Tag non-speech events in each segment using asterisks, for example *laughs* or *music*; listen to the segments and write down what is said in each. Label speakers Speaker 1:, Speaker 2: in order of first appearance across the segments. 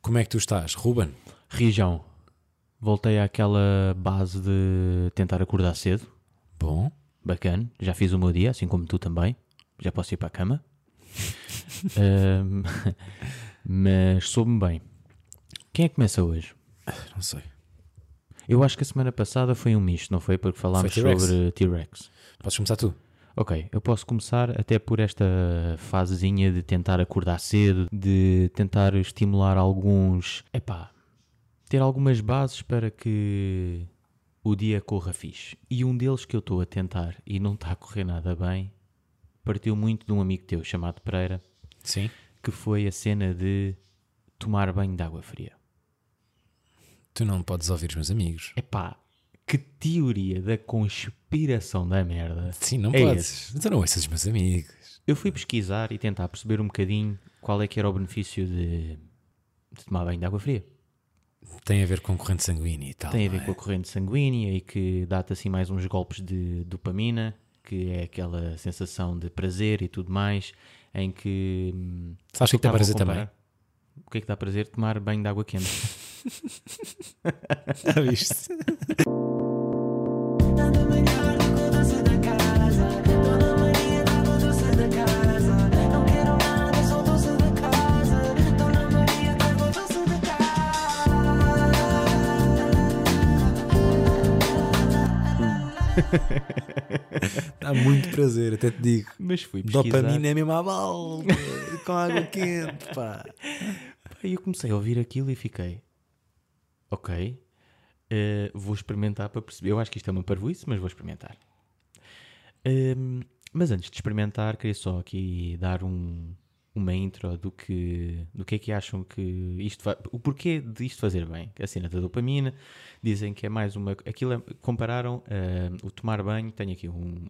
Speaker 1: Como é que tu estás, Ruben?
Speaker 2: Rijão, voltei àquela base de tentar acordar cedo.
Speaker 1: Bom.
Speaker 2: Bacana, já fiz o meu dia, assim como tu também. Já posso ir para
Speaker 1: *laughs*
Speaker 2: a cama. Ahm, *laughs* mas soube-me bem. Quem é que começa hoje?
Speaker 1: Não sei.
Speaker 2: Eu acho que a semana passada foi um misto, não foi? Porque falámos
Speaker 1: Foi T-Rex.
Speaker 2: sobre T-Rex.
Speaker 1: Podes começar tu?
Speaker 2: Ok, eu posso começar até por esta fasezinha de tentar acordar cedo, de tentar estimular alguns. Epá, ter algumas bases para que o dia corra fixe. E um deles que eu estou a tentar e não está a correr nada bem partiu muito de um amigo teu chamado Pereira,
Speaker 1: Sim.
Speaker 2: que foi a cena de tomar banho de água fria.
Speaker 1: Tu não podes ouvir os meus amigos.
Speaker 2: Epá, que teoria da conspiração da merda.
Speaker 1: Sim, não
Speaker 2: É
Speaker 1: podes. Tu não ouças os meus amigos.
Speaker 2: Eu fui pesquisar e tentar perceber um bocadinho qual é que era o benefício de, de tomar banho de água fria.
Speaker 1: Tem a ver com corrente sanguínea e tal.
Speaker 2: Tem
Speaker 1: Ah,
Speaker 2: a
Speaker 1: não é?
Speaker 2: ver com a corrente sanguínea e que dá-te assim mais uns golpes de dopamina, que é aquela sensação de prazer e tudo mais, em que... hum,
Speaker 1: é? Sabes o que é que dá
Speaker 2: estavam a
Speaker 1: prazer
Speaker 2: comparar-
Speaker 1: também?
Speaker 2: O que é que dá prazer? Tomar banho de água quente.
Speaker 1: *laughs* Já Ah, viste?
Speaker 3: Dona Maria logo doce da casa. Dona Maria logo doce da casa. Não quero nada, sou doce da casa. Dona Maria logo doce da casa.
Speaker 1: Dá muito prazer, até te digo.
Speaker 2: Mas fui pesquisar...
Speaker 1: Dopamina é mesmo à
Speaker 2: *laughs*
Speaker 1: balda, com água quente, pá.
Speaker 2: E eu comecei a ouvir aquilo e fiquei, ok, eh, vou experimentar para perceber. Eu acho que isto é uma parvoíce, mas vou experimentar. Ehm, mas antes de experimentar, queria só aqui dar um- uma intro do que, do que é que acham que isto vai, o porquê de isto fazer bem. A cena da dopamina, dizem que é mais uma. Aquilo é- compararam ehm, o tomar banho, tenho aqui um,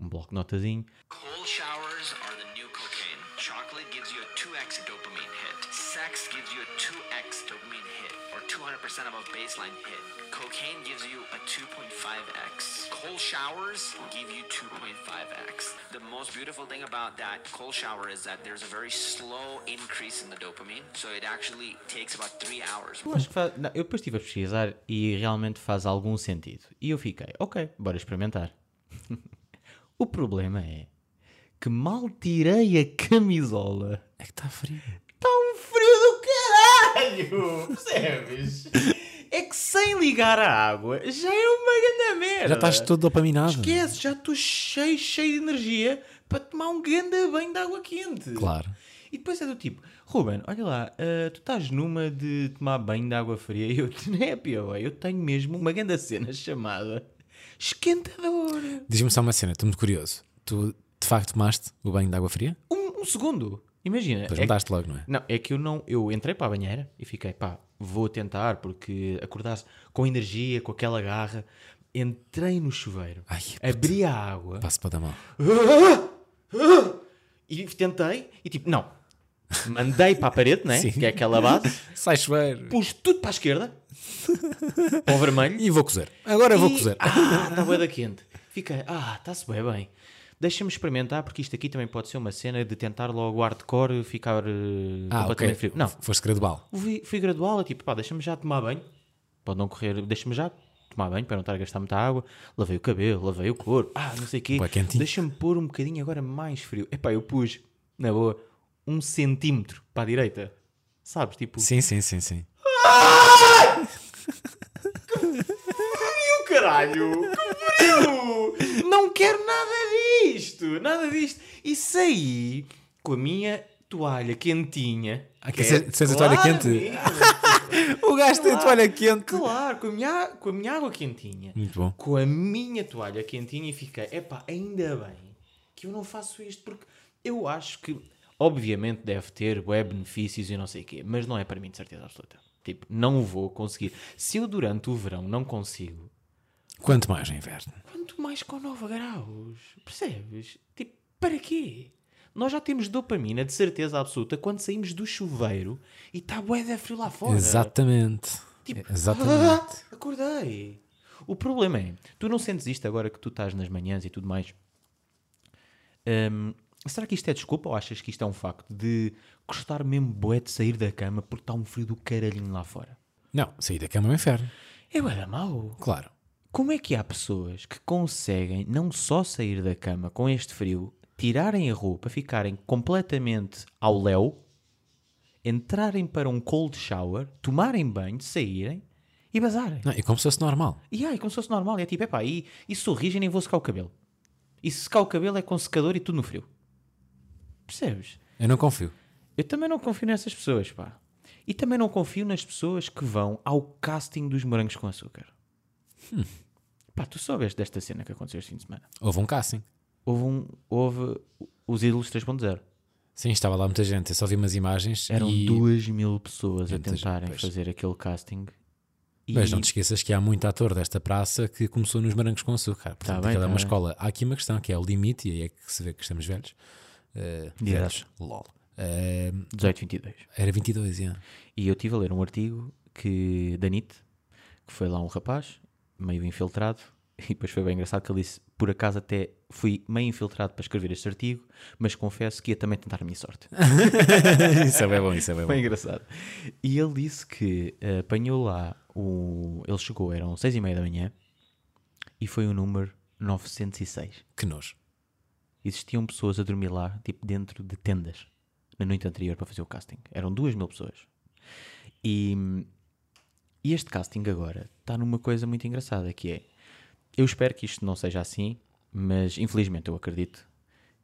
Speaker 2: um bloco de notazinho,
Speaker 4: Cold showers are the new cocaine. Chocolate gives you a 2x dopamine hit. Sex gives you a 2x dopamine hit, or 200% above baseline hit. Cocaine gives you a 2.5x. Cold showers give you 2.5x. The most beautiful thing about that cold shower is that there's a very slow increase in the dopamine, so it actually takes about three hours.
Speaker 2: Eu acho que faz- não, eu depois estive a pesquisar e realmente faz algum sentido. E eu fiquei, ok, bora experimentar. *laughs* o problema é que mal tirei a camisola.
Speaker 1: É que está frio.
Speaker 2: Está um frio do caralho! *laughs* Percebes? É que sem ligar a água já é uma grande merda.
Speaker 1: Já estás todo dopaminado.
Speaker 2: Esquece, já estou cheio, cheio de energia para tomar um grande banho de água quente.
Speaker 1: Claro.
Speaker 2: E depois é do tipo, Ruben, olha lá, ah, tu estás numa de tomar banho de água fria *laughs* e eu não é pior, ué, eu tenho mesmo uma grande cena chamada esquentador.
Speaker 1: Diz-me só uma cena, estou muito curioso. Tu de facto tomaste o banho de água fria?
Speaker 2: Um, um segundo, imagina.
Speaker 1: Depois
Speaker 2: é que-
Speaker 1: mudaste logo, não é?
Speaker 2: Não, é que eu não, eu entrei para a banheira e fiquei, pá, vou tentar porque acordasse com energia, com aquela garra, entrei no chuveiro,
Speaker 1: Ai,
Speaker 2: abri a água
Speaker 1: Passo para dar mal.
Speaker 2: e tentei e tipo, não, mandei para a parede,
Speaker 1: *laughs*
Speaker 2: né?
Speaker 1: Sim.
Speaker 2: que é aquela base,
Speaker 1: Sai chuveiro.
Speaker 2: pus tudo para
Speaker 1: *laughs*
Speaker 2: a esquerda, para o vermelho.
Speaker 1: E vou cozer. Agora vou
Speaker 2: E-
Speaker 1: cozer.
Speaker 2: Ah, está bué da quente. Fiquei, ah, está-se bem bem. Deixa-me experimentar, porque isto aqui também pode ser uma cena de tentar logo hardcore ficar eh,
Speaker 1: Ah,
Speaker 2: completamente
Speaker 1: ok.
Speaker 2: frio. Não,
Speaker 1: Foste gradual.
Speaker 2: fui, fui gradual, é tipo, pá, deixa-me já tomar banho. Pode não correr, deixa-me já tomar banho para não estar a gastar muita água. Lavei o cabelo, lavei o corpo, ah, não sei o quê.
Speaker 1: Bué quentinho.
Speaker 2: Deixa-me pôr um bocadinho agora mais frio. Epá, eu pus, na boa, um centímetro para a direita. Sabes, tipo,
Speaker 1: Sim, sim, sim, sim.
Speaker 2: frio, caralho! Que frio! Não quero nada disto! Nada disto! E saí com a minha toalha quentinha. é
Speaker 1: Ah, que se- se és a toalha quente?
Speaker 2: amigo.
Speaker 1: O gajo tem toalha quente.
Speaker 2: Claro, com a minha, com a minha água quentinha.
Speaker 1: Muito bom.
Speaker 2: Com a minha toalha quentinha e fiquei, epá, ainda bem que eu não faço isto porque eu acho que, obviamente, deve ter web benefícios e não sei o quê, mas não é para mim de certeza absoluta. Tipo, não vou conseguir. Se eu durante o verão não consigo,
Speaker 1: Quanto mais no inverno?
Speaker 2: Quanto mais com 9 graus, percebes? Tipo, para quê? Nós já temos dopamina de certeza absoluta quando saímos do chuveiro e está bué de frio lá fora.
Speaker 1: Exatamente.
Speaker 2: Tipo,
Speaker 1: É, Exatamente.
Speaker 2: "Ah, acordei. O problema é, tu não sentes isto agora que tu estás nas manhãs e tudo mais. Hum, Será que isto é desculpa ou achas que isto é um facto de gostar mesmo bué de sair da cama porque está um frio do caralhinho lá fora?
Speaker 1: Não, sair da cama é um inferno.
Speaker 2: Eu era mau.
Speaker 1: Claro.
Speaker 2: Como é que há pessoas que conseguem não só sair da cama com este frio, tirarem a roupa, ficarem completamente ao léu, entrarem para um cold shower, tomarem banho, saírem e bazarem?
Speaker 1: Não, é como se fosse normal.
Speaker 2: E ai, como se fosse normal. É tipo, epá, e, e sorrige e nem vou secar o cabelo. E se secar o cabelo é com secador e tudo no frio. Percebes?
Speaker 1: Eu não confio.
Speaker 2: Eu também não confio nessas pessoas, pá. E também não confio nas pessoas que vão ao casting dos morangos com açúcar.
Speaker 1: Hum.
Speaker 2: Pá, tu soubeste desta cena que aconteceu este fim de semana.
Speaker 1: Houve um casting.
Speaker 2: Houve, um, houve os ídolos 3.0.
Speaker 1: Sim, estava lá muita gente. Eu só vi umas imagens.
Speaker 2: Eram
Speaker 1: e...
Speaker 2: duas mil pessoas a
Speaker 1: Muita gente,
Speaker 2: tentarem
Speaker 1: pois.
Speaker 2: fazer aquele casting. E
Speaker 1: Mas não te esqueças que há muito ator desta praça que começou nos Morangos com Açúcar. Portanto,
Speaker 2: bem,
Speaker 1: aquela
Speaker 2: tá
Speaker 1: é uma
Speaker 2: bem.
Speaker 1: escola. Há aqui uma questão que é o limite, e aí é que se vê que estamos velhos. Eh, velhos. LOL. Eh,
Speaker 2: 18, 22.
Speaker 1: era 22, yeah.
Speaker 2: E eu estive a ler um artigo que, da NIT, que foi lá um rapaz, meio infiltrado, *laughs* e depois foi bem engraçado que ele disse: Por acaso até fui meio infiltrado para escrever este artigo, mas confesso que ia também tentar a minha sorte.
Speaker 1: *laughs* isso é bem bom, isso é bem
Speaker 2: Foi
Speaker 1: bom.
Speaker 2: engraçado. E ele disse que eh, apanhou lá o. Ele chegou, eram seis e meia da manhã, e foi o número 906.
Speaker 1: Que nojo.
Speaker 2: Existiam pessoas a dormir lá, tipo dentro de tendas, na noite anterior para fazer o casting. Eram duas mil pessoas. E, e este casting agora está numa coisa muito engraçada que é. Eu espero que isto não seja assim, mas infelizmente eu acredito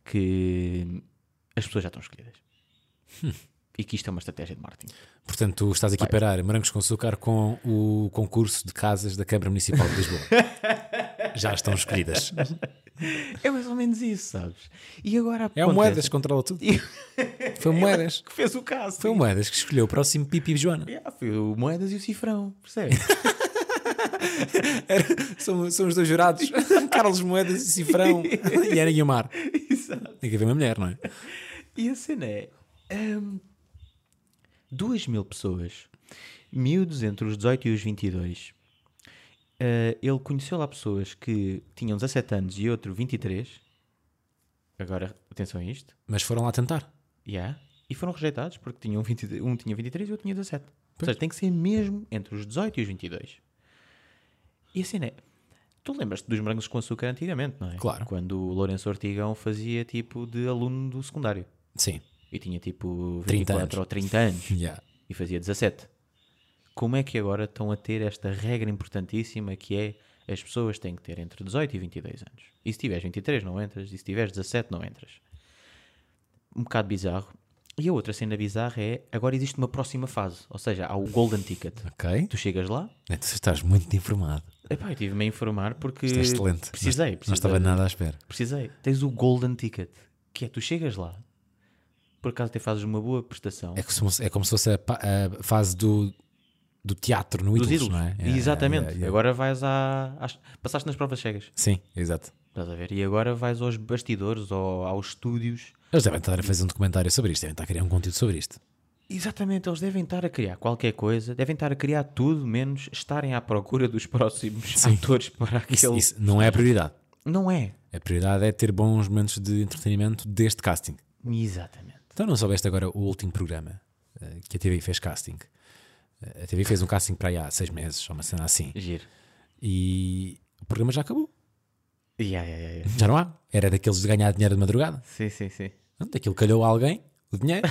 Speaker 2: que as pessoas já estão escolhidas.
Speaker 1: Hum.
Speaker 2: E que isto é uma estratégia de marketing.
Speaker 1: Portanto, tu estás aqui a parar Morangos com Açúcar com o concurso de casas da Câmara Municipal de
Speaker 2: *laughs*
Speaker 1: Lisboa. Já estão escolhidas.
Speaker 2: É mais ou menos isso, sabes? E agora
Speaker 1: É o
Speaker 2: acontece
Speaker 1: Moedas que controla tudo. Foi o Moedas.
Speaker 2: que fez o caso.
Speaker 1: Foi o Moedas que escolheu o próximo Pipi e Joana.
Speaker 2: foi o Moedas e o Cifrão, percebes?
Speaker 1: *laughs* São, são os dois jurados,
Speaker 2: *laughs*
Speaker 1: Carlos Moedas e Cifrão e Ana Guiomar.
Speaker 2: Exato.
Speaker 1: Tem que haver uma mulher, não é?
Speaker 2: E a cena é. hum, duas mil pessoas, miúdos entre os 18 e os 22. Ah, ele conheceu lá pessoas que tinham 17 anos e outro 23. Agora, atenção a isto.
Speaker 1: Mas foram lá tentar.
Speaker 2: Yeah. E foram rejeitados porque tinham 20 um tinha 23 e o outro tinha 17. Ou seja, tem que ser mesmo entre os 18 e os 22. E assim, né? Tu lembras-te dos morangos com açúcar antigamente, não é?
Speaker 1: Claro.
Speaker 2: Quando o Lourenço Ortigão fazia tipo de aluno do secundário.
Speaker 1: Sim.
Speaker 2: E tinha tipo
Speaker 1: 30
Speaker 2: 24
Speaker 1: anos.
Speaker 2: ou 30 anos.
Speaker 1: Yeah.
Speaker 2: E fazia 17. Como é que agora estão a ter esta regra importantíssima que é as pessoas têm que ter entre 18 e 22 anos. E se tiveres 23 não entras, e se tiveres 17 não entras. Um bocado bizarro. E a outra cena bizarra é agora existe uma próxima fase, ou seja, há o Golden Ticket.
Speaker 1: Ok.
Speaker 2: Tu chegas lá,
Speaker 1: É, Tu estás muito informado.
Speaker 2: epá, eu tive-me a informar porque
Speaker 1: Isto é excelente.
Speaker 2: Eh, precisei,
Speaker 1: Não
Speaker 2: precisei.
Speaker 1: estava nada à espera.
Speaker 2: Precisei. Tens o Golden Ticket, que é tu chegas lá, por acaso até fazes uma boa prestação.
Speaker 1: É, que se fosse- é como se fosse a, pa- a fase do, do teatro no
Speaker 2: dos
Speaker 1: Ídolos,
Speaker 2: ídolos.
Speaker 1: não é? Yeah,
Speaker 2: Exatamente.
Speaker 1: yeah, yeah.
Speaker 2: Agora vais à. às- Passaste nas provas cegas.
Speaker 1: Sim, exato.
Speaker 2: Estás a ver? E agora vais aos bastidores ou aos estúdios.
Speaker 1: Eles devem estar a fazer um documentário sobre isto, devem estar a criar um conteúdo sobre isto.
Speaker 2: Exatamente, eles devem estar a criar qualquer coisa, devem estar a criar tudo, menos estarem à procura dos próximos atores para aquele.
Speaker 1: Isso, isso não é a prioridade.
Speaker 2: Não é.
Speaker 1: A prioridade é ter bons momentos de entretenimento deste casting.
Speaker 2: Exatamente.
Speaker 1: Então não soubeste agora o último programa eh, que a TV fez casting. Eh, A TV fez um casting para aí há seis meses, ou uma cena assim.
Speaker 2: Giro.
Speaker 1: E o programa já acabou.
Speaker 2: Yeah, yeah, yeah, yeah.
Speaker 1: Já não há. Era daqueles de ganhar dinheiro de madrugada.
Speaker 2: Sim, sim, sim.
Speaker 1: Pronto, Aquilo calhou a alguém, o dinheiro,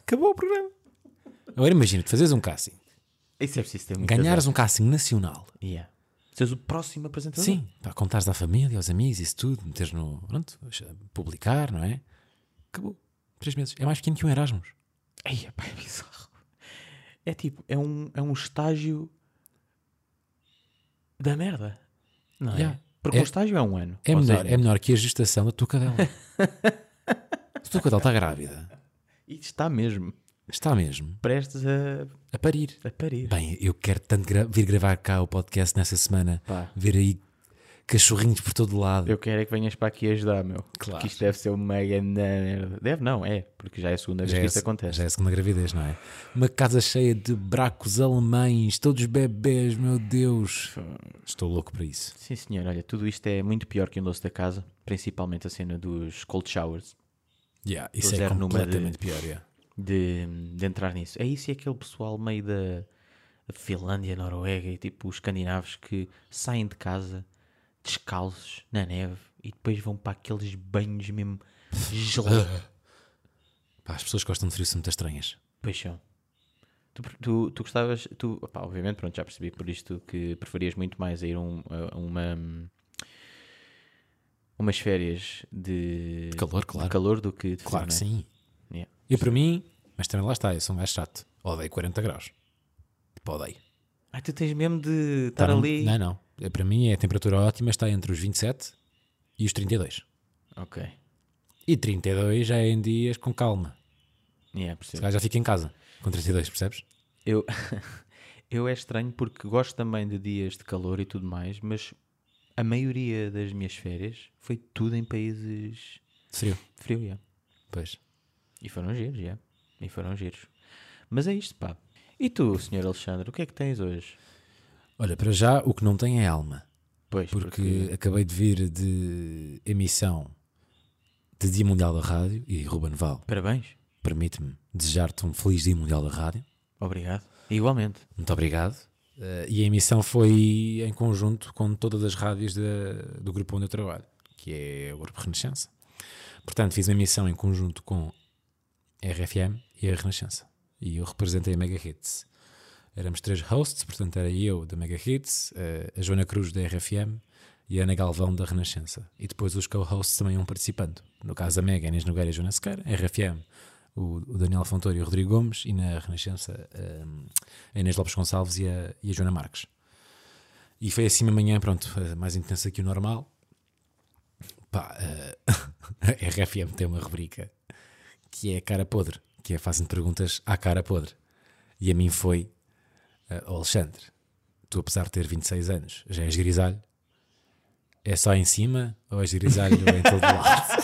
Speaker 1: acabou o programa. Agora imagina, tu fazes um casting,
Speaker 2: Isso é preciso ter muito
Speaker 1: ganhares um casting nacional.
Speaker 2: azar. Yeah. Seres o próximo apresentador.
Speaker 1: Sim, para contares à família, aos amigos, isso tudo, meteres no. Pronto, publicar, não é? Acabou. Três meses. É mais pequeno que um Erasmus.
Speaker 2: Ai, epá, é bizarro. É tipo, é um, é um estágio da merda. Não é?
Speaker 1: Yeah.
Speaker 2: Porque
Speaker 1: É-
Speaker 2: um estágio é um ano.
Speaker 1: É
Speaker 2: Ou
Speaker 1: menor,
Speaker 2: seja,
Speaker 1: é menor que a gestação da tua
Speaker 2: *laughs*
Speaker 1: cadela. Se a tua cadela está grávida,
Speaker 2: E está mesmo
Speaker 1: está mesmo
Speaker 2: prestes a,
Speaker 1: a parir.
Speaker 2: a parir.
Speaker 1: Bem, eu quero tanto gra- vir gravar cá o podcast nessa semana,
Speaker 2: Pá.
Speaker 1: ver aí cachorrinhos por todo lado.
Speaker 2: Eu quero é que venhas para aqui ajudar, meu.
Speaker 1: Claro.
Speaker 2: Que isto deve ser uma grande merda. Deve não, é. Porque já é a segunda vez
Speaker 1: Já é,
Speaker 2: que isto
Speaker 1: a-
Speaker 2: acontece.
Speaker 1: já é a segunda gravidez, não é? Uma casa cheia de bracos alemães, todos bebês, meu Deus. Estou louco para isso.
Speaker 2: Sim, é senhor. Olha, tudo isto é muito pior que um doce da casa. Principalmente a cena dos cold showers.
Speaker 1: Yeah, isso
Speaker 2: Estou
Speaker 1: é
Speaker 2: zero numa de-
Speaker 1: completamente pior. yeah.
Speaker 2: de, de entrar nisso. É isso e aquele pessoal meio da Finlândia, Noruega e tipo os escandinavos que saem de casa descalços na neve e depois vão para aqueles banhos mesmo gelados.
Speaker 1: Pá, as pessoas gostam de frio são muito estranhas.
Speaker 2: Paixão. Tu, tu, tu gostavas, tu, opá, obviamente, pronto, já percebi por isto que preferias muito mais ir a, um, a uma. umas férias de,
Speaker 1: calor, claro.
Speaker 2: de calor do que de frio,
Speaker 1: Claro que
Speaker 2: não é?
Speaker 1: sim.
Speaker 2: Yeah.
Speaker 1: Eu para mim, mas também lá está, eu sou um gajo chato. Odeio 40 graus. Tipo, odeio.
Speaker 2: Ah, tu tens mesmo de estar
Speaker 1: Tá num-
Speaker 2: ali.
Speaker 1: Não, não. É, Para mim é a temperatura ótima, está entre os 27 e os 32.
Speaker 2: Ok.
Speaker 1: E 32 já é em dias com calma.
Speaker 2: Yeah, percebo.
Speaker 1: Se calhar já fica em casa com 32, percebes?
Speaker 2: Eu, *laughs* eu é estranho porque gosto também de dias de calor e tudo mais, mas a maioria das minhas férias foi tudo em países
Speaker 1: De frio.
Speaker 2: frio, yeah.
Speaker 1: Pois.
Speaker 2: e foram giros, yeah. e foram giros. Mas é isto, pá. E tu, senhor Alexandre, o que é que tens hoje?
Speaker 1: Olha, para já o que não tem é alma.
Speaker 2: Pois,
Speaker 1: Porque acabei de vir de emissão de Dia Mundial da Rádio e Ruben Val,
Speaker 2: Parabéns,
Speaker 1: permite-me desejar-te um feliz Dia Mundial da Rádio.
Speaker 2: obrigado. Igualmente.
Speaker 1: Muito obrigado. Eh, e a emissão foi em conjunto com todas as rádios da- do grupo onde eu trabalho, que é o Grupo Renascença. Portanto, fiz uma emissão em conjunto com a RFM e a Renascença. E eu representei a Mega Hits. Éramos três hosts, portanto, era eu da Mega Hits, eh, a Joana Cruz da RFM e a Ana Galvão da Renascença. E depois os co-hosts também iam participando. No caso, a Mega, a Inês Nogueira e a Joana Sequeira, a RFM, o, o Daniel Fontoura e o Rodrigo Gomes, e na Renascença, eh, a Inês Lopes Gonçalves e a, e a Joana Marques. E foi assim uma manhã, pronto, eh, mais intensa que o normal. Pá, eh, *laughs* a RFM tem uma rubrica que é a cara podre, que é fazem perguntas à cara podre. E a mim foi, eh, "Ó Alexandre, tu apesar de ter 26 anos, já és grisalho? É só em cima ou és grisalho em todo lado?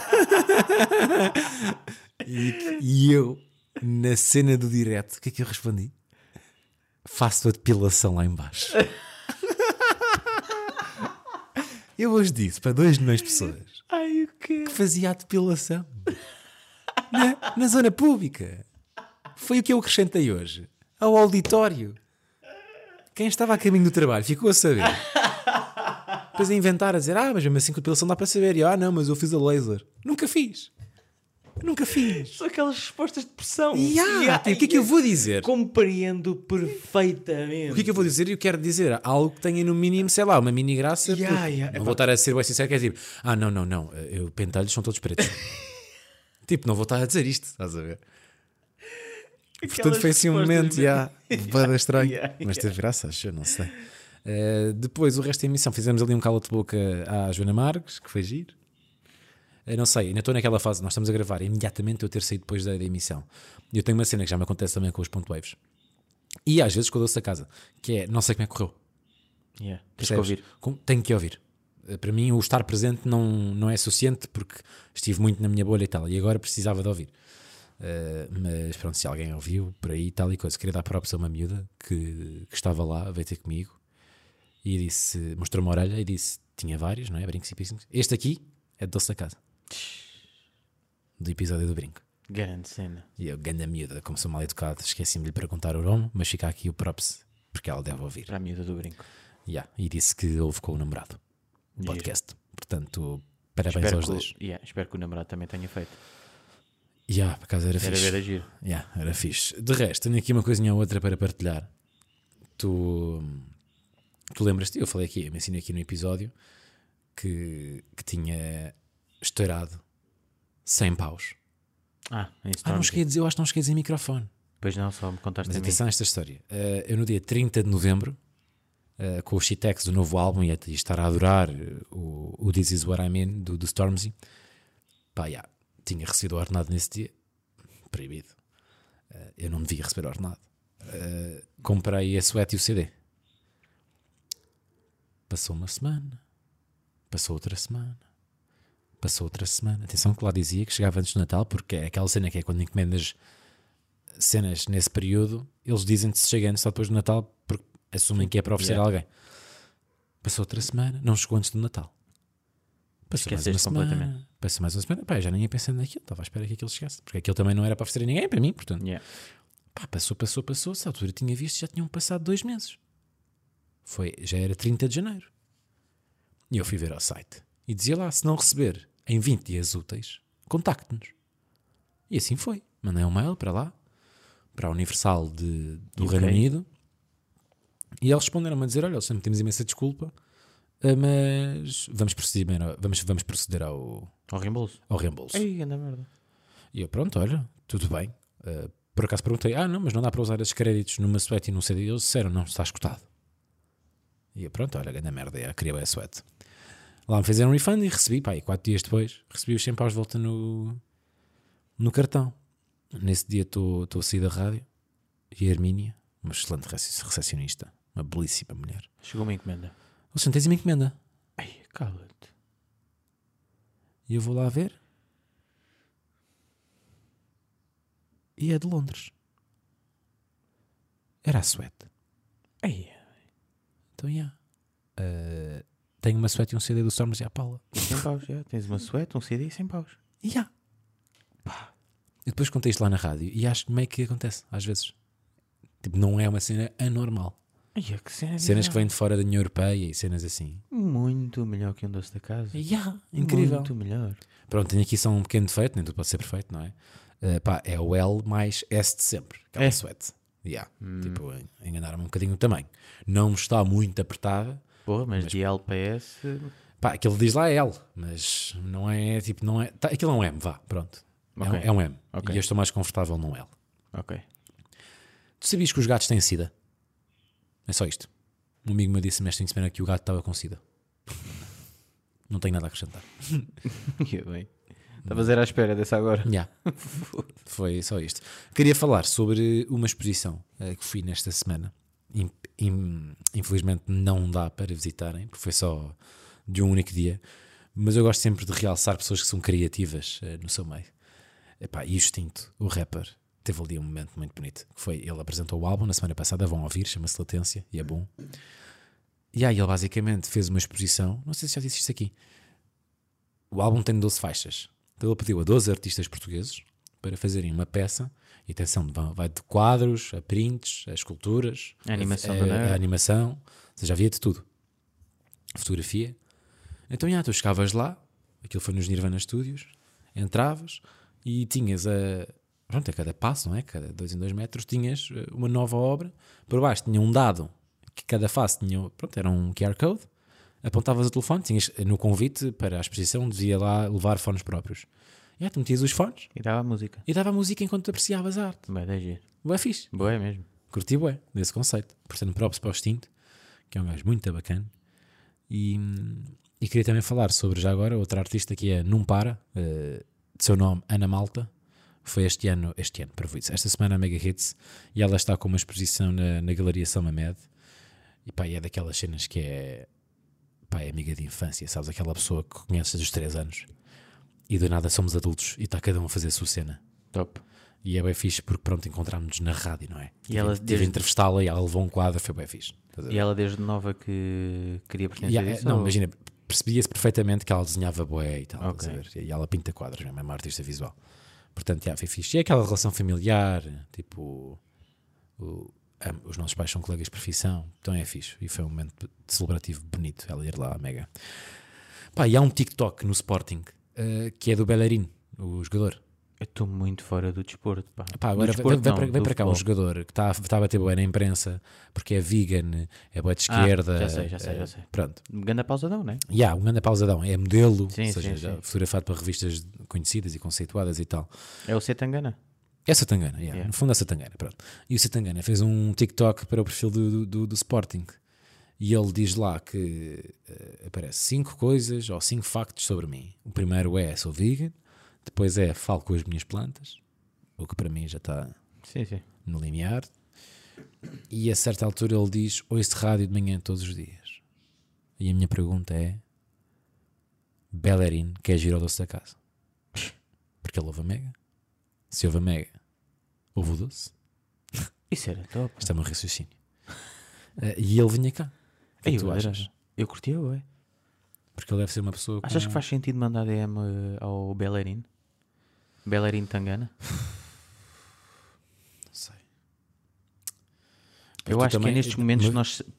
Speaker 1: e, e eu, na cena do direto, o que é que eu respondi? Faço a depilação lá em baixo. eu hoje disse para 2 milhões de pessoas
Speaker 2: Ai, o quê?
Speaker 1: que fazia a depilação na, na zona pública. Foi o que eu acrescentei hoje ao auditório. Quem estava a caminho do trabalho ficou a saber. Depois a inventar, a dizer: Ah, mas mesmo assim com a depilação dá para saber. E eu, ah, não, mas eu fiz a laser. Nunca fiz. Nunca fiz.
Speaker 2: São aquelas respostas de pressão.
Speaker 1: E ah, tipo, o que é que eu vou dizer?
Speaker 2: Compreendo perfeitamente.
Speaker 1: O que é que eu vou dizer? Eu quero dizer algo que tenha no mínimo, sei lá, uma mini graça.
Speaker 2: Yeah,
Speaker 1: porque
Speaker 2: yeah.
Speaker 1: Não
Speaker 2: Epá.
Speaker 1: vou estar a ser bem sincero, que é tipo, ah, não, não, não, eh, eu pentelhos são todos
Speaker 2: *laughs*
Speaker 1: pretos. tipo, não vou estar a dizer isto, estás a ver? Portanto, foi assim um momento, já, bada estranho.
Speaker 2: *laughs* Yeah,
Speaker 1: Mas teve graça, acho, eu não sei. Eh, depois, o resto da emissão, fizemos ali um cala-te-boca à Joana Marques, que foi giro. Eu não sei, ainda estou naquela fase, nós estamos a gravar é imediatamente eu ter saído depois da, da emissão. E eu tenho uma cena que já me acontece também com os ponto waves. E às vezes com o doce da casa, que é não sei como é que correu.
Speaker 2: Yeah. Tens que
Speaker 1: Percebes?
Speaker 2: ouvir.
Speaker 1: Com- Tenho que ouvir. Eh, Para mim, o estar presente não, não é suficiente porque estive muito na minha bolha e tal, e agora precisava de ouvir. Eh, mas pronto, se alguém ouviu por aí, tal e coisa, queria dar props a uma miúda que, que estava lá, veio ter comigo e disse, mostrou-me a orelha e disse: tinha vários, não é? Brincos e piercings. Este aqui é de doce da casa, do episódio do brinco.
Speaker 2: Grande cena.
Speaker 1: E eu, ganda miúda, como sou mal educado, esqueci-me de lhe perguntar o nome, mas fica aqui o props porque ela deve ouvir.
Speaker 2: Para a miúda do brinco.
Speaker 1: Yeah, e disse que houve com o namorado.
Speaker 2: Giro.
Speaker 1: Podcast. Portanto, parabéns
Speaker 2: espero,
Speaker 1: aos
Speaker 2: que, o-
Speaker 1: dois.
Speaker 2: yeah, espero que o namorado também tenha feito.
Speaker 1: Yeah, por acaso era
Speaker 2: Era
Speaker 1: fixe.
Speaker 2: ver agir.
Speaker 1: Yeah, era fixe. De resto, tenho aqui uma coisinha ou outra para partilhar. Tu, tu lembras-te? Eu falei aqui, eu mencionei aqui no episódio que, que tinha estourado 100 paus.
Speaker 2: Ah,
Speaker 1: Ah,
Speaker 2: em
Speaker 1: não
Speaker 2: Stormzy.
Speaker 1: cheguei a dizer, eu acho que não cheguei a dizer microfone.
Speaker 2: Pois não, só me contaste
Speaker 1: Mas
Speaker 2: a mim.
Speaker 1: atenção a esta história. Eh, eu no dia 30 de novembro, eh, com o Shitex do novo álbum e, a- e estar a adorar eh, o, o This Is What I Mean do, do Stormzy, pá, yeah, tinha recebido o ordenado nesse dia, proibido. Eh, eu não devia receber ordenado. Eh, comprei a suéte e o CD. Passou uma semana, passou outra semana, passou outra semana. Atenção que lá dizia que chegava antes do Natal, porque é aquela cena que é quando encomendas cenas nesse período, eles dizem que se chega antes ou depois do Natal porque assumem que é para oferecer a alguém. Passou outra semana, não chegou antes do Natal. Passou mais uma
Speaker 2: Esqueceste
Speaker 1: semana.
Speaker 2: completamente.
Speaker 1: Passou mais uma semana. Pá, eu já nem ia pensando naquilo. Estava à espera que aquilo chegasse. Porque aquilo também não era para oferecer a ninguém, para mim, portanto.
Speaker 2: Yeah.
Speaker 1: Pá, passou, passou, passou. Se a altura tinha visto, já tinham passado dois meses. Foi, já era 30 de janeiro. E eu fui ver ao site. E dizia lá, se não receber em 20 dias úteis, contacte-nos. E assim foi. Mandei um mail para lá, para a Universal de, do
Speaker 2: Ok.
Speaker 1: Reino Unido. E eles responderam-me a dizer, olha, sempre temos imensa desculpa, eh, mas vamos proceder, ao- vamos, vamos proceder ao,
Speaker 2: Ao reembolso.
Speaker 1: ao reembolso.
Speaker 2: Ei, anda merda.
Speaker 1: E eu, pronto, olha, tudo bem. Uh, por acaso perguntei, ah, não, mas não dá para usar esses créditos numa suéte e num CD. E eles disseram, não, está escutado. E eu, pronto, olha, grande merda, eu queria a suéte. Lá me fizeram um refund e recebi, pá, e quatro dias depois, recebi os 100 paus de volta no, no cartão. Nesse dia estou estou a sair da rádio e a Hermínia, uma excelente rece- recepcionista, uma belíssima mulher.
Speaker 2: Chegou uma encomenda.
Speaker 1: O senhor tens uma encomenda?
Speaker 2: Ai, cala-te.
Speaker 1: E eu vou lá ver. E é de Londres. Era a suéte.
Speaker 2: Ai,
Speaker 1: Então, já. Ah, tenho uma suéte e um CD do Stormzy à Paula.
Speaker 2: 100 paus, já. Tens uma suéte, um CD e 100 paus.
Speaker 1: E já. Pá. Eu depois contei isto lá na rádio e acho que meio que acontece, às vezes. Tipo, não é uma cena anormal.
Speaker 2: Ai, é que cena.
Speaker 1: Cenas
Speaker 2: melhor.
Speaker 1: que vêm de fora da União Europeia e cenas assim.
Speaker 2: Muito melhor que um doce da casa.
Speaker 1: Yeah, incrível.
Speaker 2: Muito melhor.
Speaker 1: Pronto, tenho aqui só um pequeno defeito, nem tudo pode ser perfeito, não é? Eh, pá, é o L mais S de sempre, aquela
Speaker 2: É. Hum.
Speaker 1: sweat. Yeah. Tipo, en- enganaram-me um bocadinho o tamanho. Não está muito apertada.
Speaker 2: Boa, mas, de LPS.
Speaker 1: Pá, aquilo diz lá L, mas não é tipo, não é. tá, aquilo é um M, vá, pronto. É um-
Speaker 2: Ok.
Speaker 1: É, um, M.
Speaker 2: Ok.
Speaker 1: E eu estou mais confortável num L. *laughs*
Speaker 2: Ok.
Speaker 1: Tu sabias que os gatos têm sida? É só isto. Um amigo me disse-me esta semana que o gato estava com sida. não tenho nada a acrescentar.
Speaker 2: Que bem. Estavas era à espera dessa agora.
Speaker 1: *laughs* Yeah. Foi só isto. Queria falar sobre uma exposição eh, que fui nesta semana. Im- im- Infelizmente não dá para visitarem, porque foi só de um único dia. Mas eu gosto sempre de realçar pessoas que são criativas eh, no seu meio. Epá, e o Extinto, o rapper, teve ali um momento muito bonito. Que foi, ele apresentou o álbum na semana passada, vão ouvir, chama-se Latência, e é bom. E aí ele basicamente fez uma exposição, não sei se já disse isto aqui, o álbum tem 12 faixas. Então ele pediu a 12 artistas portugueses para fazerem uma peça. E atenção, va- vai de quadros a prints, a esculturas,
Speaker 2: A animação
Speaker 1: a,
Speaker 2: também.
Speaker 1: a, a animação, ou seja, havia de tudo. Fotografia. Então, já, tu chegavas lá, aquilo foi nos Nirvana Studios, entravas e tinhas a. Pronto, a cada passo, não é? Cada dois em dois metros tinhas eh, uma nova obra. Por baixo tinha um dado que cada face tinha. Pronto, era um QR Code. Apontavas o telefone, tinhas eh, no convite para a exposição, dizia lá levar fones próprios. E aí tu metias os fones
Speaker 2: E dava a música.
Speaker 1: e dava a música enquanto apreciavas a arte.
Speaker 2: Bem, é giro.
Speaker 1: Boa fixe.
Speaker 2: Boa é mesmo.
Speaker 1: Curti bué desse conceito. um Portanto, props para o Extinto, que é um gajo muito bacana. E, e queria também falar sobre, já agora, outra artista que é Num Para, eh, de seu nome Ana Malta. Foi este ano, este ano, para isso, esta semana a Mega Hits. E ela está com uma exposição na, na Galeria São Mamed. E pá, e é daquelas cenas que é. Pá, é amiga de infância, sabes? Aquela pessoa que conheces dos 3 anos. E do nada somos adultos e está cada um a fazer a sua cena.
Speaker 2: Top.
Speaker 1: E é bem fixe porque pronto, encontramos-nos na rádio, não é? Tive-
Speaker 2: ela
Speaker 1: tive
Speaker 2: desde-
Speaker 1: a entrevistá-la e ela levou um quadro, foi bem fixe. Estás a ver?
Speaker 2: E ela desde nova que queria pertencer
Speaker 1: E, ah,
Speaker 2: a isso?
Speaker 1: não,
Speaker 2: ou-
Speaker 1: imagina, percebia-se perfeitamente que ela desenhava boé e tal, estás a
Speaker 2: Ok.
Speaker 1: ver? E ela pinta quadros, mesmo, é uma artista visual. Portanto, já, foi fixe. E é aquela relação familiar, tipo, o- am- os nossos pais são colegas de profissão, então é fixe. E foi um momento celebrativo bonito ela ir lá, mega. Pá, e há um TikTok no Sporting eh, que é do Bellerin, o jogador.
Speaker 2: Eu estou muito fora do desporto, pá.
Speaker 1: Pá,
Speaker 2: Do
Speaker 1: agora vem-
Speaker 2: desporto,
Speaker 1: vem,
Speaker 2: não,
Speaker 1: para, vem
Speaker 2: do
Speaker 1: para cá um
Speaker 2: futebol.
Speaker 1: jogador que está a bater boa na imprensa porque é vegan, é boa de
Speaker 2: Ah,
Speaker 1: esquerda.
Speaker 2: já sei, já sei, já sei.
Speaker 1: eh, Pronto.
Speaker 2: Ganda pausadão, não é?
Speaker 1: E há um grande pausadão. É modelo,
Speaker 2: Sim,
Speaker 1: ou seja,
Speaker 2: sim,
Speaker 1: já
Speaker 2: sim.
Speaker 1: fotografado para revistas conhecidas e conceituadas e tal.
Speaker 2: É o Setangana.
Speaker 1: É a Satangana, yeah.
Speaker 2: Yeah.
Speaker 1: no fundo é a Satangana, pronto. E o Satangana fez um TikTok para o perfil do, do, do- do Sporting. E ele diz lá que eh, aparece cinco coisas ou cinco factos sobre mim. O primeiro é sou vegan, depois é falo com as minhas plantas, o que para mim já está
Speaker 2: Sim, sim.
Speaker 1: no limiar. E a certa altura ele diz: Ouço rádio de manhã todos os dias. E a minha pergunta é: Bellerin quer girar o doce da casa? Porque ele ouve a mega. Se ouve a mega, ouve o doce.
Speaker 2: Isso era top.
Speaker 1: Isto é um raciocínio. *laughs* Eh, e ele vinha cá. O que é
Speaker 2: Ei,
Speaker 1: que tu
Speaker 2: eu,
Speaker 1: achas?
Speaker 2: adorava. eu curtia, ué.
Speaker 1: Porque ele deve ser uma pessoa. Com...
Speaker 2: Achas que faz sentido mandar DM eh, ao Bellerin? Bellerin Tangana?
Speaker 1: Não sei.
Speaker 2: Eu
Speaker 1: tu
Speaker 2: acho que é
Speaker 1: também- então,
Speaker 2: nestes momentos que
Speaker 1: mas-
Speaker 2: nós.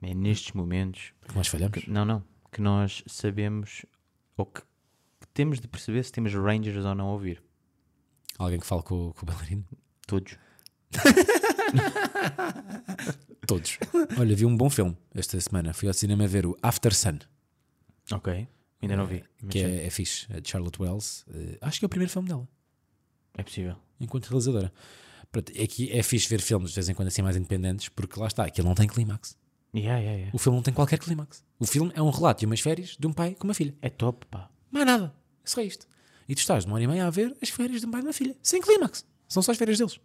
Speaker 2: É nestes momentos.
Speaker 1: Que nós falhamos.
Speaker 2: que- não, não. Que nós sabemos ou que, que temos de perceber se temos Rangers ou não a ouvir.
Speaker 1: Alguém que fale com, com o bailarino.
Speaker 2: Todos.
Speaker 1: Todos. Olha, vi um bom filme esta semana. Fui ao cinema ver o After Sun,
Speaker 2: Ok. Ainda não vi. mas
Speaker 1: que é, é fixe, é de Charlotte Wells. Eh, acho que é o primeiro filme dela,
Speaker 2: É possível.
Speaker 1: enquanto realizadora. Pronto, é que é fixe ver filmes de vez em quando assim mais independentes, porque lá está, aquilo não tem clímax.
Speaker 2: Yeah, yeah, yeah.
Speaker 1: O filme não tem qualquer clímax. O filme é um relato e umas férias de um pai com uma filha.
Speaker 2: É top, pá.
Speaker 1: Mais nada. É só isto. E tu estás de uma hora e meia a ver as férias de um pai e uma filha. Sem clímax. São só as férias deles.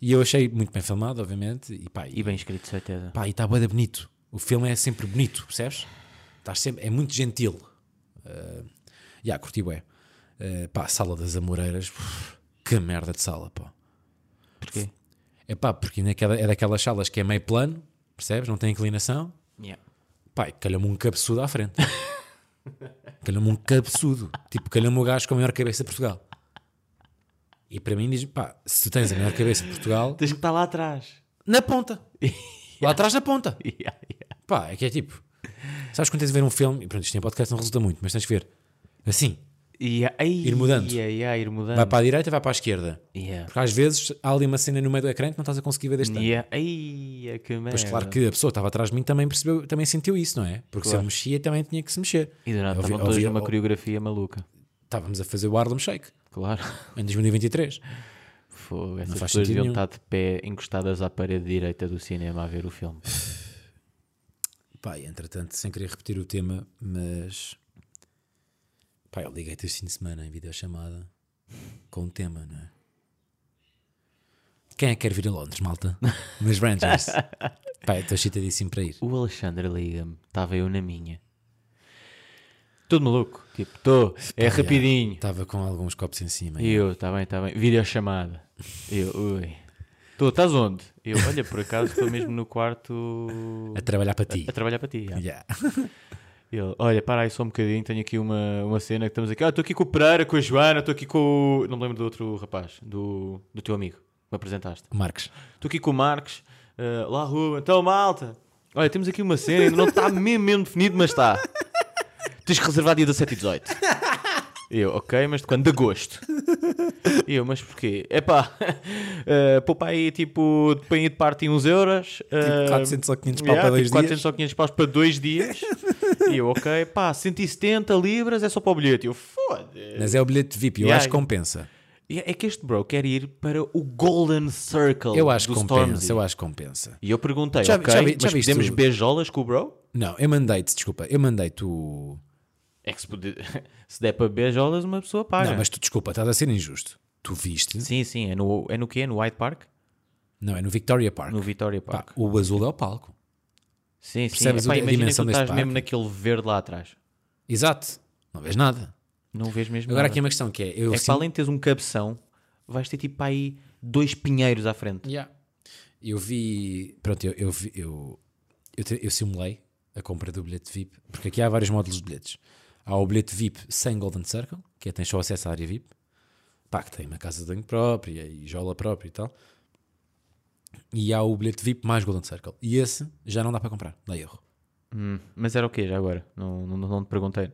Speaker 1: E eu achei muito bem filmado, obviamente. E pá,
Speaker 2: E bem escrito, de certeza.
Speaker 1: pá, e está boeda bonito. O filme é sempre bonito, percebes? Estás sempre, é muito gentil. Uh, yeah, curti bué. Eh, pá, Sala das Amoreiras, uf, que merda de sala, pá.
Speaker 2: Porquê?
Speaker 1: É pá, porque naquela, é daquelas salas que é meio plano, percebes? Não tem inclinação.
Speaker 2: Yeah.
Speaker 1: Pá, e calhou-me um cabeçudo à frente. *laughs* calhou-me um cabeçudo. Tipo, calhou-me o gajo com a maior cabeça de Portugal. E para mim diz-me, pá, se tu tens a maior cabeça de Portugal,
Speaker 2: Tens que estar lá atrás.
Speaker 1: na
Speaker 2: *laughs*
Speaker 1: ponta. Lá atrás na ponta.
Speaker 2: Yeah, yeah.
Speaker 1: Pá, é que é tipo. Sabes quando tens de ver um filme, e pronto, isto em podcast não resulta muito, mas tens de ver assim,
Speaker 2: Yeah, ei,
Speaker 1: Ir mudando.
Speaker 2: Yeah, yeah, ir mudando.
Speaker 1: vai para a direita, vai para a esquerda.
Speaker 2: Yeah.
Speaker 1: Porque às vezes há ali uma cena no meio do ecrã que não estás a conseguir ver deste ângulo.
Speaker 2: Yeah. Ei, é que merda.
Speaker 1: Mas claro que a pessoa que estava atrás de mim também percebeu, também sentiu isso, não é? Porque se eu
Speaker 2: Claro.
Speaker 1: mexia também tinha que se mexer.
Speaker 2: E do nada,
Speaker 1: Eu
Speaker 2: tá
Speaker 1: vi-
Speaker 2: estavam
Speaker 1: eu
Speaker 2: todos
Speaker 1: vi-
Speaker 2: numa
Speaker 1: eu-
Speaker 2: coreografia maluca.
Speaker 1: Estávamos a fazer o Harlem Shake
Speaker 2: Claro.
Speaker 1: em 2023.
Speaker 2: Fogo, essas
Speaker 1: faz
Speaker 2: pessoas
Speaker 1: sentido
Speaker 2: deviam
Speaker 1: nenhum.
Speaker 2: estar de pé encostadas à parede direita do cinema a ver o filme.
Speaker 1: Pá, e entretanto, sem querer repetir o tema, mas. Pá, eu liguei-te este fim de semana em videochamada com um tema, não é? Quem é que quer vir a Londres,
Speaker 2: *laughs*
Speaker 1: malta? Mas Rangers. Pá, eu estou excitadíssimo para ir.
Speaker 2: O Alexandre liga-me, estava eu na minha. Todo maluco, tipo, estou, é rapidinho.
Speaker 1: Estava com alguns copos em cima.
Speaker 2: E eu, está bem, está bem. Videochamada. E Eu, ui. Tu estás onde? Eu, olha, por acaso estou mesmo no quarto
Speaker 1: A trabalhar para ti.
Speaker 2: a trabalhar para ti. já."
Speaker 1: Yeah. *laughs*
Speaker 2: Ele, olha, para aí só um bocadinho, tenho aqui uma, uma cena que estamos aqui. Ah, estou aqui com o Pereira, com a Joana, estou aqui com o. Não me lembro do outro rapaz, do, do teu amigo, que me apresentaste.
Speaker 1: Marcos.
Speaker 2: Estou aqui com o Marcos, eh, lá rua, então malta. Olha, temos aqui uma cena, ainda
Speaker 1: *laughs*
Speaker 2: não está mesmo, mesmo definido, mas está. Tens que reservar dia 17 e 18. Eu, ok, mas de quando? De agosto. E Eu, mas porquê? Epá, *laughs* eh, poupa aí tipo, de panho de parte uns euros.
Speaker 1: Tipo
Speaker 2: eh,
Speaker 1: 400 ou 500 pau para dois
Speaker 2: tipo 400
Speaker 1: dias.
Speaker 2: ou 500 paus para dois dias. E eu, ok, pá, 170 libras é só para o bilhete. Eu, foda-se.
Speaker 1: Mas é o bilhete VIP, eu
Speaker 2: Yeah.
Speaker 1: acho que compensa.
Speaker 2: E É que este bro quer ir para o Golden Circle
Speaker 1: Eu acho
Speaker 2: do
Speaker 1: que compensa,
Speaker 2: Stormzy.
Speaker 1: eu acho que compensa.
Speaker 2: E eu perguntei,
Speaker 1: Já-
Speaker 2: ok,
Speaker 1: já vi- já
Speaker 2: mas
Speaker 1: viste
Speaker 2: podemos
Speaker 1: o-
Speaker 2: beijolas com o bro?
Speaker 1: Não, eu mandei-te, desculpa, eu mandei-te o.
Speaker 2: É que se, pode- *laughs* se der para beijolas, uma pessoa paga.
Speaker 1: Não, mas tu, desculpa, estás a ser injusto. Tu viste?
Speaker 2: Sim, sim, é no, é no quê? No White Park?
Speaker 1: Não, é no Victoria Park.
Speaker 2: No Victoria
Speaker 1: Pá,
Speaker 2: Park.
Speaker 1: o azul é o palco.
Speaker 2: Sim, sim.
Speaker 1: percebes
Speaker 2: Epá,
Speaker 1: a
Speaker 2: imagina que tu
Speaker 1: dimensão deste
Speaker 2: estás mesmo
Speaker 1: parque?
Speaker 2: naquele verde lá atrás.
Speaker 1: Exato. Não vês nada.
Speaker 2: Não vês mesmo
Speaker 1: Agora
Speaker 2: nada.
Speaker 1: aqui é uma questão que é. Eu
Speaker 2: É que
Speaker 1: sinto-
Speaker 2: para além de teres um cabeção, vais ter tipo aí dois pinheiros à frente.
Speaker 1: Yeah. Eu vi. Pronto, eu, eu, vi- eu, eu, te- eu simulei a compra do bilhete VIP, porque aqui há vários módulos de bilhetes. Há o bilhete VIP sem Golden Circle, que é tens só acesso à área VIP, pá, que tem uma casa de banho própria e jola própria e tal. E há o bilhete VIP mais Golden Circle. E esse já não dá para comprar, dá erro.
Speaker 2: Hum, mas era o quê já agora? Não, não, não te perguntei.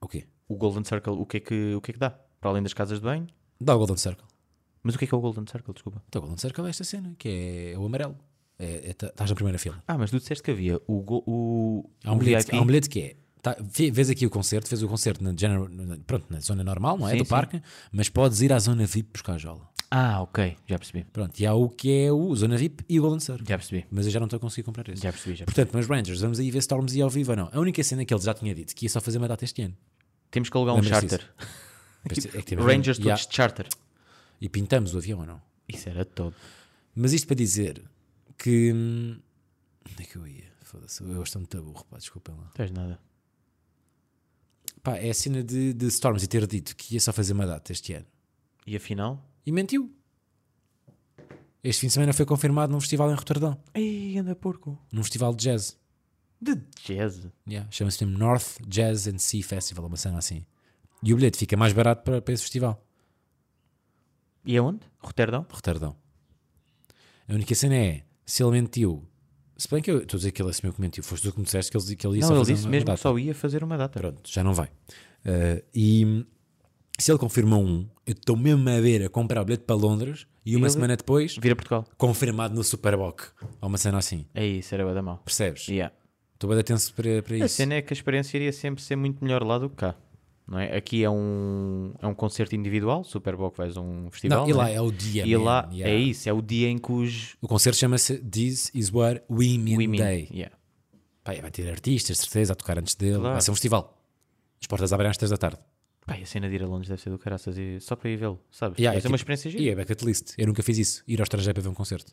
Speaker 1: O quê?
Speaker 2: O Golden Circle, o que, é que, o que é que dá? Para além das casas de banho?
Speaker 1: Dá o Golden Circle.
Speaker 2: Mas o que é que é o Golden Circle? Desculpa.
Speaker 1: Então, o Golden Circle é esta cena, que é o amarelo. É- é- tá- Estás na primeira fila.
Speaker 2: Ah, mas tu disseste que havia o. go- o
Speaker 1: Há um
Speaker 2: o
Speaker 1: bilhete,
Speaker 2: VIP.
Speaker 1: há um bilhete que é. Tá, vê- vês aqui o concerto, fez o concerto na, gener- na- pronto, na zona normal, não é?
Speaker 2: Sim,
Speaker 1: do
Speaker 2: sim.
Speaker 1: parque, mas podes ir à zona VIP buscar a jola.
Speaker 2: Ah, ok, já percebi.
Speaker 1: Pronto, e há o que é o Zona VIP e o Golden Circle.
Speaker 2: Já percebi.
Speaker 1: Mas eu já não estou a conseguir comprar esse.
Speaker 2: Já percebi, já percebi.
Speaker 1: Portanto, mas Rangers, vamos aí ver se Stormzy ao vivo ou não. A única cena que ele já tinha dito que ia só fazer uma data este
Speaker 2: *laughs*
Speaker 1: ano.
Speaker 2: Temos que alugar um
Speaker 1: Lembra-se
Speaker 2: charter.
Speaker 1: Mas é que temos-
Speaker 2: Rangers
Speaker 1: e, há-
Speaker 2: todos de charter.
Speaker 1: e pintamos o avião ou não.
Speaker 2: Isso era todo.
Speaker 1: Mas isto para dizer que. hum, Onde é que eu ia? Foda-se, eu estou muito burro, pá, desculpem lá.
Speaker 2: Tens nada.
Speaker 1: Pá, é a cena de, de Stormzy ter dito que ia só fazer uma data este ano.
Speaker 2: E afinal?
Speaker 1: E mentiu. Este fim de semana foi confirmado num festival em Roterdão,
Speaker 2: Ei, anda porco.
Speaker 1: num festival de jazz.
Speaker 2: De jazz.
Speaker 1: Yeah, Chama-se mesmo North Jazz and Sea Festival, uma cena assim. E o bilhete fica mais barato para, para esse festival.
Speaker 2: E é onde? Roterdão?
Speaker 1: Retardão. A única cena é, se ele mentiu, se bem que eu estou a dizer que ele assumiu que mentiu, foste tu que me disseste que ele, que ele ia só
Speaker 2: não, ele
Speaker 1: fazer
Speaker 2: disse
Speaker 1: uma
Speaker 2: mesmo que
Speaker 1: data.
Speaker 2: só ia fazer uma data.
Speaker 1: Pronto, já não vai. Ah, e se ele confirmou um, eu estou mesmo a ver a comprar o bilhete para Londres e uma
Speaker 2: ele-
Speaker 1: semana depois,
Speaker 2: Vira Portugal.
Speaker 1: confirmado no Superboc. Ou uma cena assim,
Speaker 2: É isso, era bué da mal.
Speaker 1: percebes?
Speaker 2: Yeah.
Speaker 1: Estou bem atenso para, para
Speaker 2: A
Speaker 1: isso.
Speaker 2: cena é que a experiência iria sempre ser muito melhor lá do que cá. Não é? Aqui é um, é um concerto individual, Super Bowl que vais a um festival.
Speaker 1: Não, e
Speaker 2: não
Speaker 1: lá é o dia.
Speaker 2: E
Speaker 1: man,
Speaker 2: lá
Speaker 1: yeah.
Speaker 2: é isso, é o dia em que os
Speaker 1: O concerto chama-se This Is What We Mean
Speaker 2: women.
Speaker 1: Day.
Speaker 2: Yeah.
Speaker 1: Pá, vai ter artistas, de certeza, a tocar antes dele.
Speaker 2: Claro.
Speaker 1: Vai ser um festival. As portas abrem às 3 da tarde.
Speaker 2: Pá, e a cena de ir a Londres deve ser do caraças e só para ir vê-lo, sabes?
Speaker 1: Yeah,
Speaker 2: deve
Speaker 1: é
Speaker 2: ser uma
Speaker 1: tipo-
Speaker 2: experiência gira.
Speaker 1: E é bucket list. Eu nunca fiz isso. Ir ao estrangeiro para ver um concerto.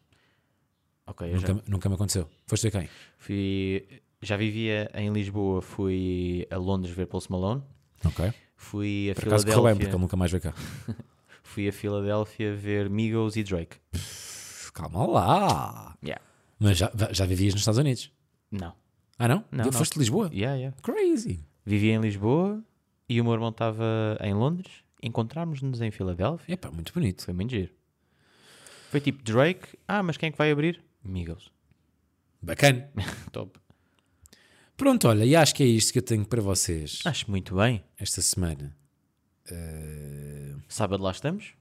Speaker 2: Ok, eu já,
Speaker 1: Nunca, nunca me aconteceu. Foste ver quem?
Speaker 2: fui, já vivia em Lisboa, fui a Londres ver Post Malone,
Speaker 1: Ok.
Speaker 2: fui a
Speaker 1: Por acaso correu bem, porque ele
Speaker 2: Filadélfia,
Speaker 1: nunca mais veio cá.
Speaker 2: fui a Filadélfia ver Migos e Drake.
Speaker 1: Pff, Calma lá.
Speaker 2: Yeah.
Speaker 1: Mas já, já vivias nos Estados Unidos?
Speaker 2: Não.
Speaker 1: Ah, não?
Speaker 2: Não,
Speaker 1: Já
Speaker 2: não.
Speaker 1: Foste de Lisboa?
Speaker 2: Yeah, yeah.
Speaker 1: Crazy.
Speaker 2: Vivia em Lisboa e o meu irmão estava em Londres, encontrámos-nos em Filadélfia,
Speaker 1: É pá, muito bonito.
Speaker 2: foi muito giro. Foi tipo Drake, ah, mas quem é que vai abrir? Migos.
Speaker 1: Bacana.
Speaker 2: Top.
Speaker 1: Pronto, olha, e acho que é isto que eu tenho para vocês
Speaker 2: Acho muito bem.
Speaker 1: esta semana.
Speaker 2: Sábado lá estamos.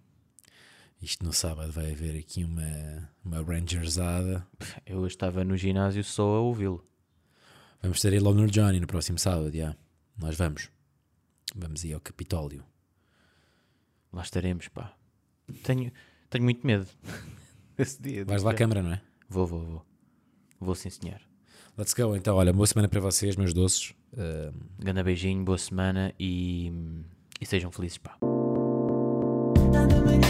Speaker 1: Isto no sábado vai haver aqui uma, uma Rangersada.
Speaker 2: Eu hoje estava no ginásio só a ouvi-lo.
Speaker 1: Vamos ter Eleanor Johnny no próximo sábado, já. Nós vamos. Vamos ir ao Capitólio.
Speaker 2: Lá estaremos, pá. Tenho, tenho muito medo. *laughs* Esse dia.
Speaker 1: Vais lá à câmara, não é?
Speaker 2: Vou, vou, vou. Vou sim, senhor.
Speaker 1: Let's go, então. Olha, boa semana para vocês, meus doces. Ah,
Speaker 2: Grande hum, beijinho, boa semana e, e sejam felizes, pá.
Speaker 3: Nada me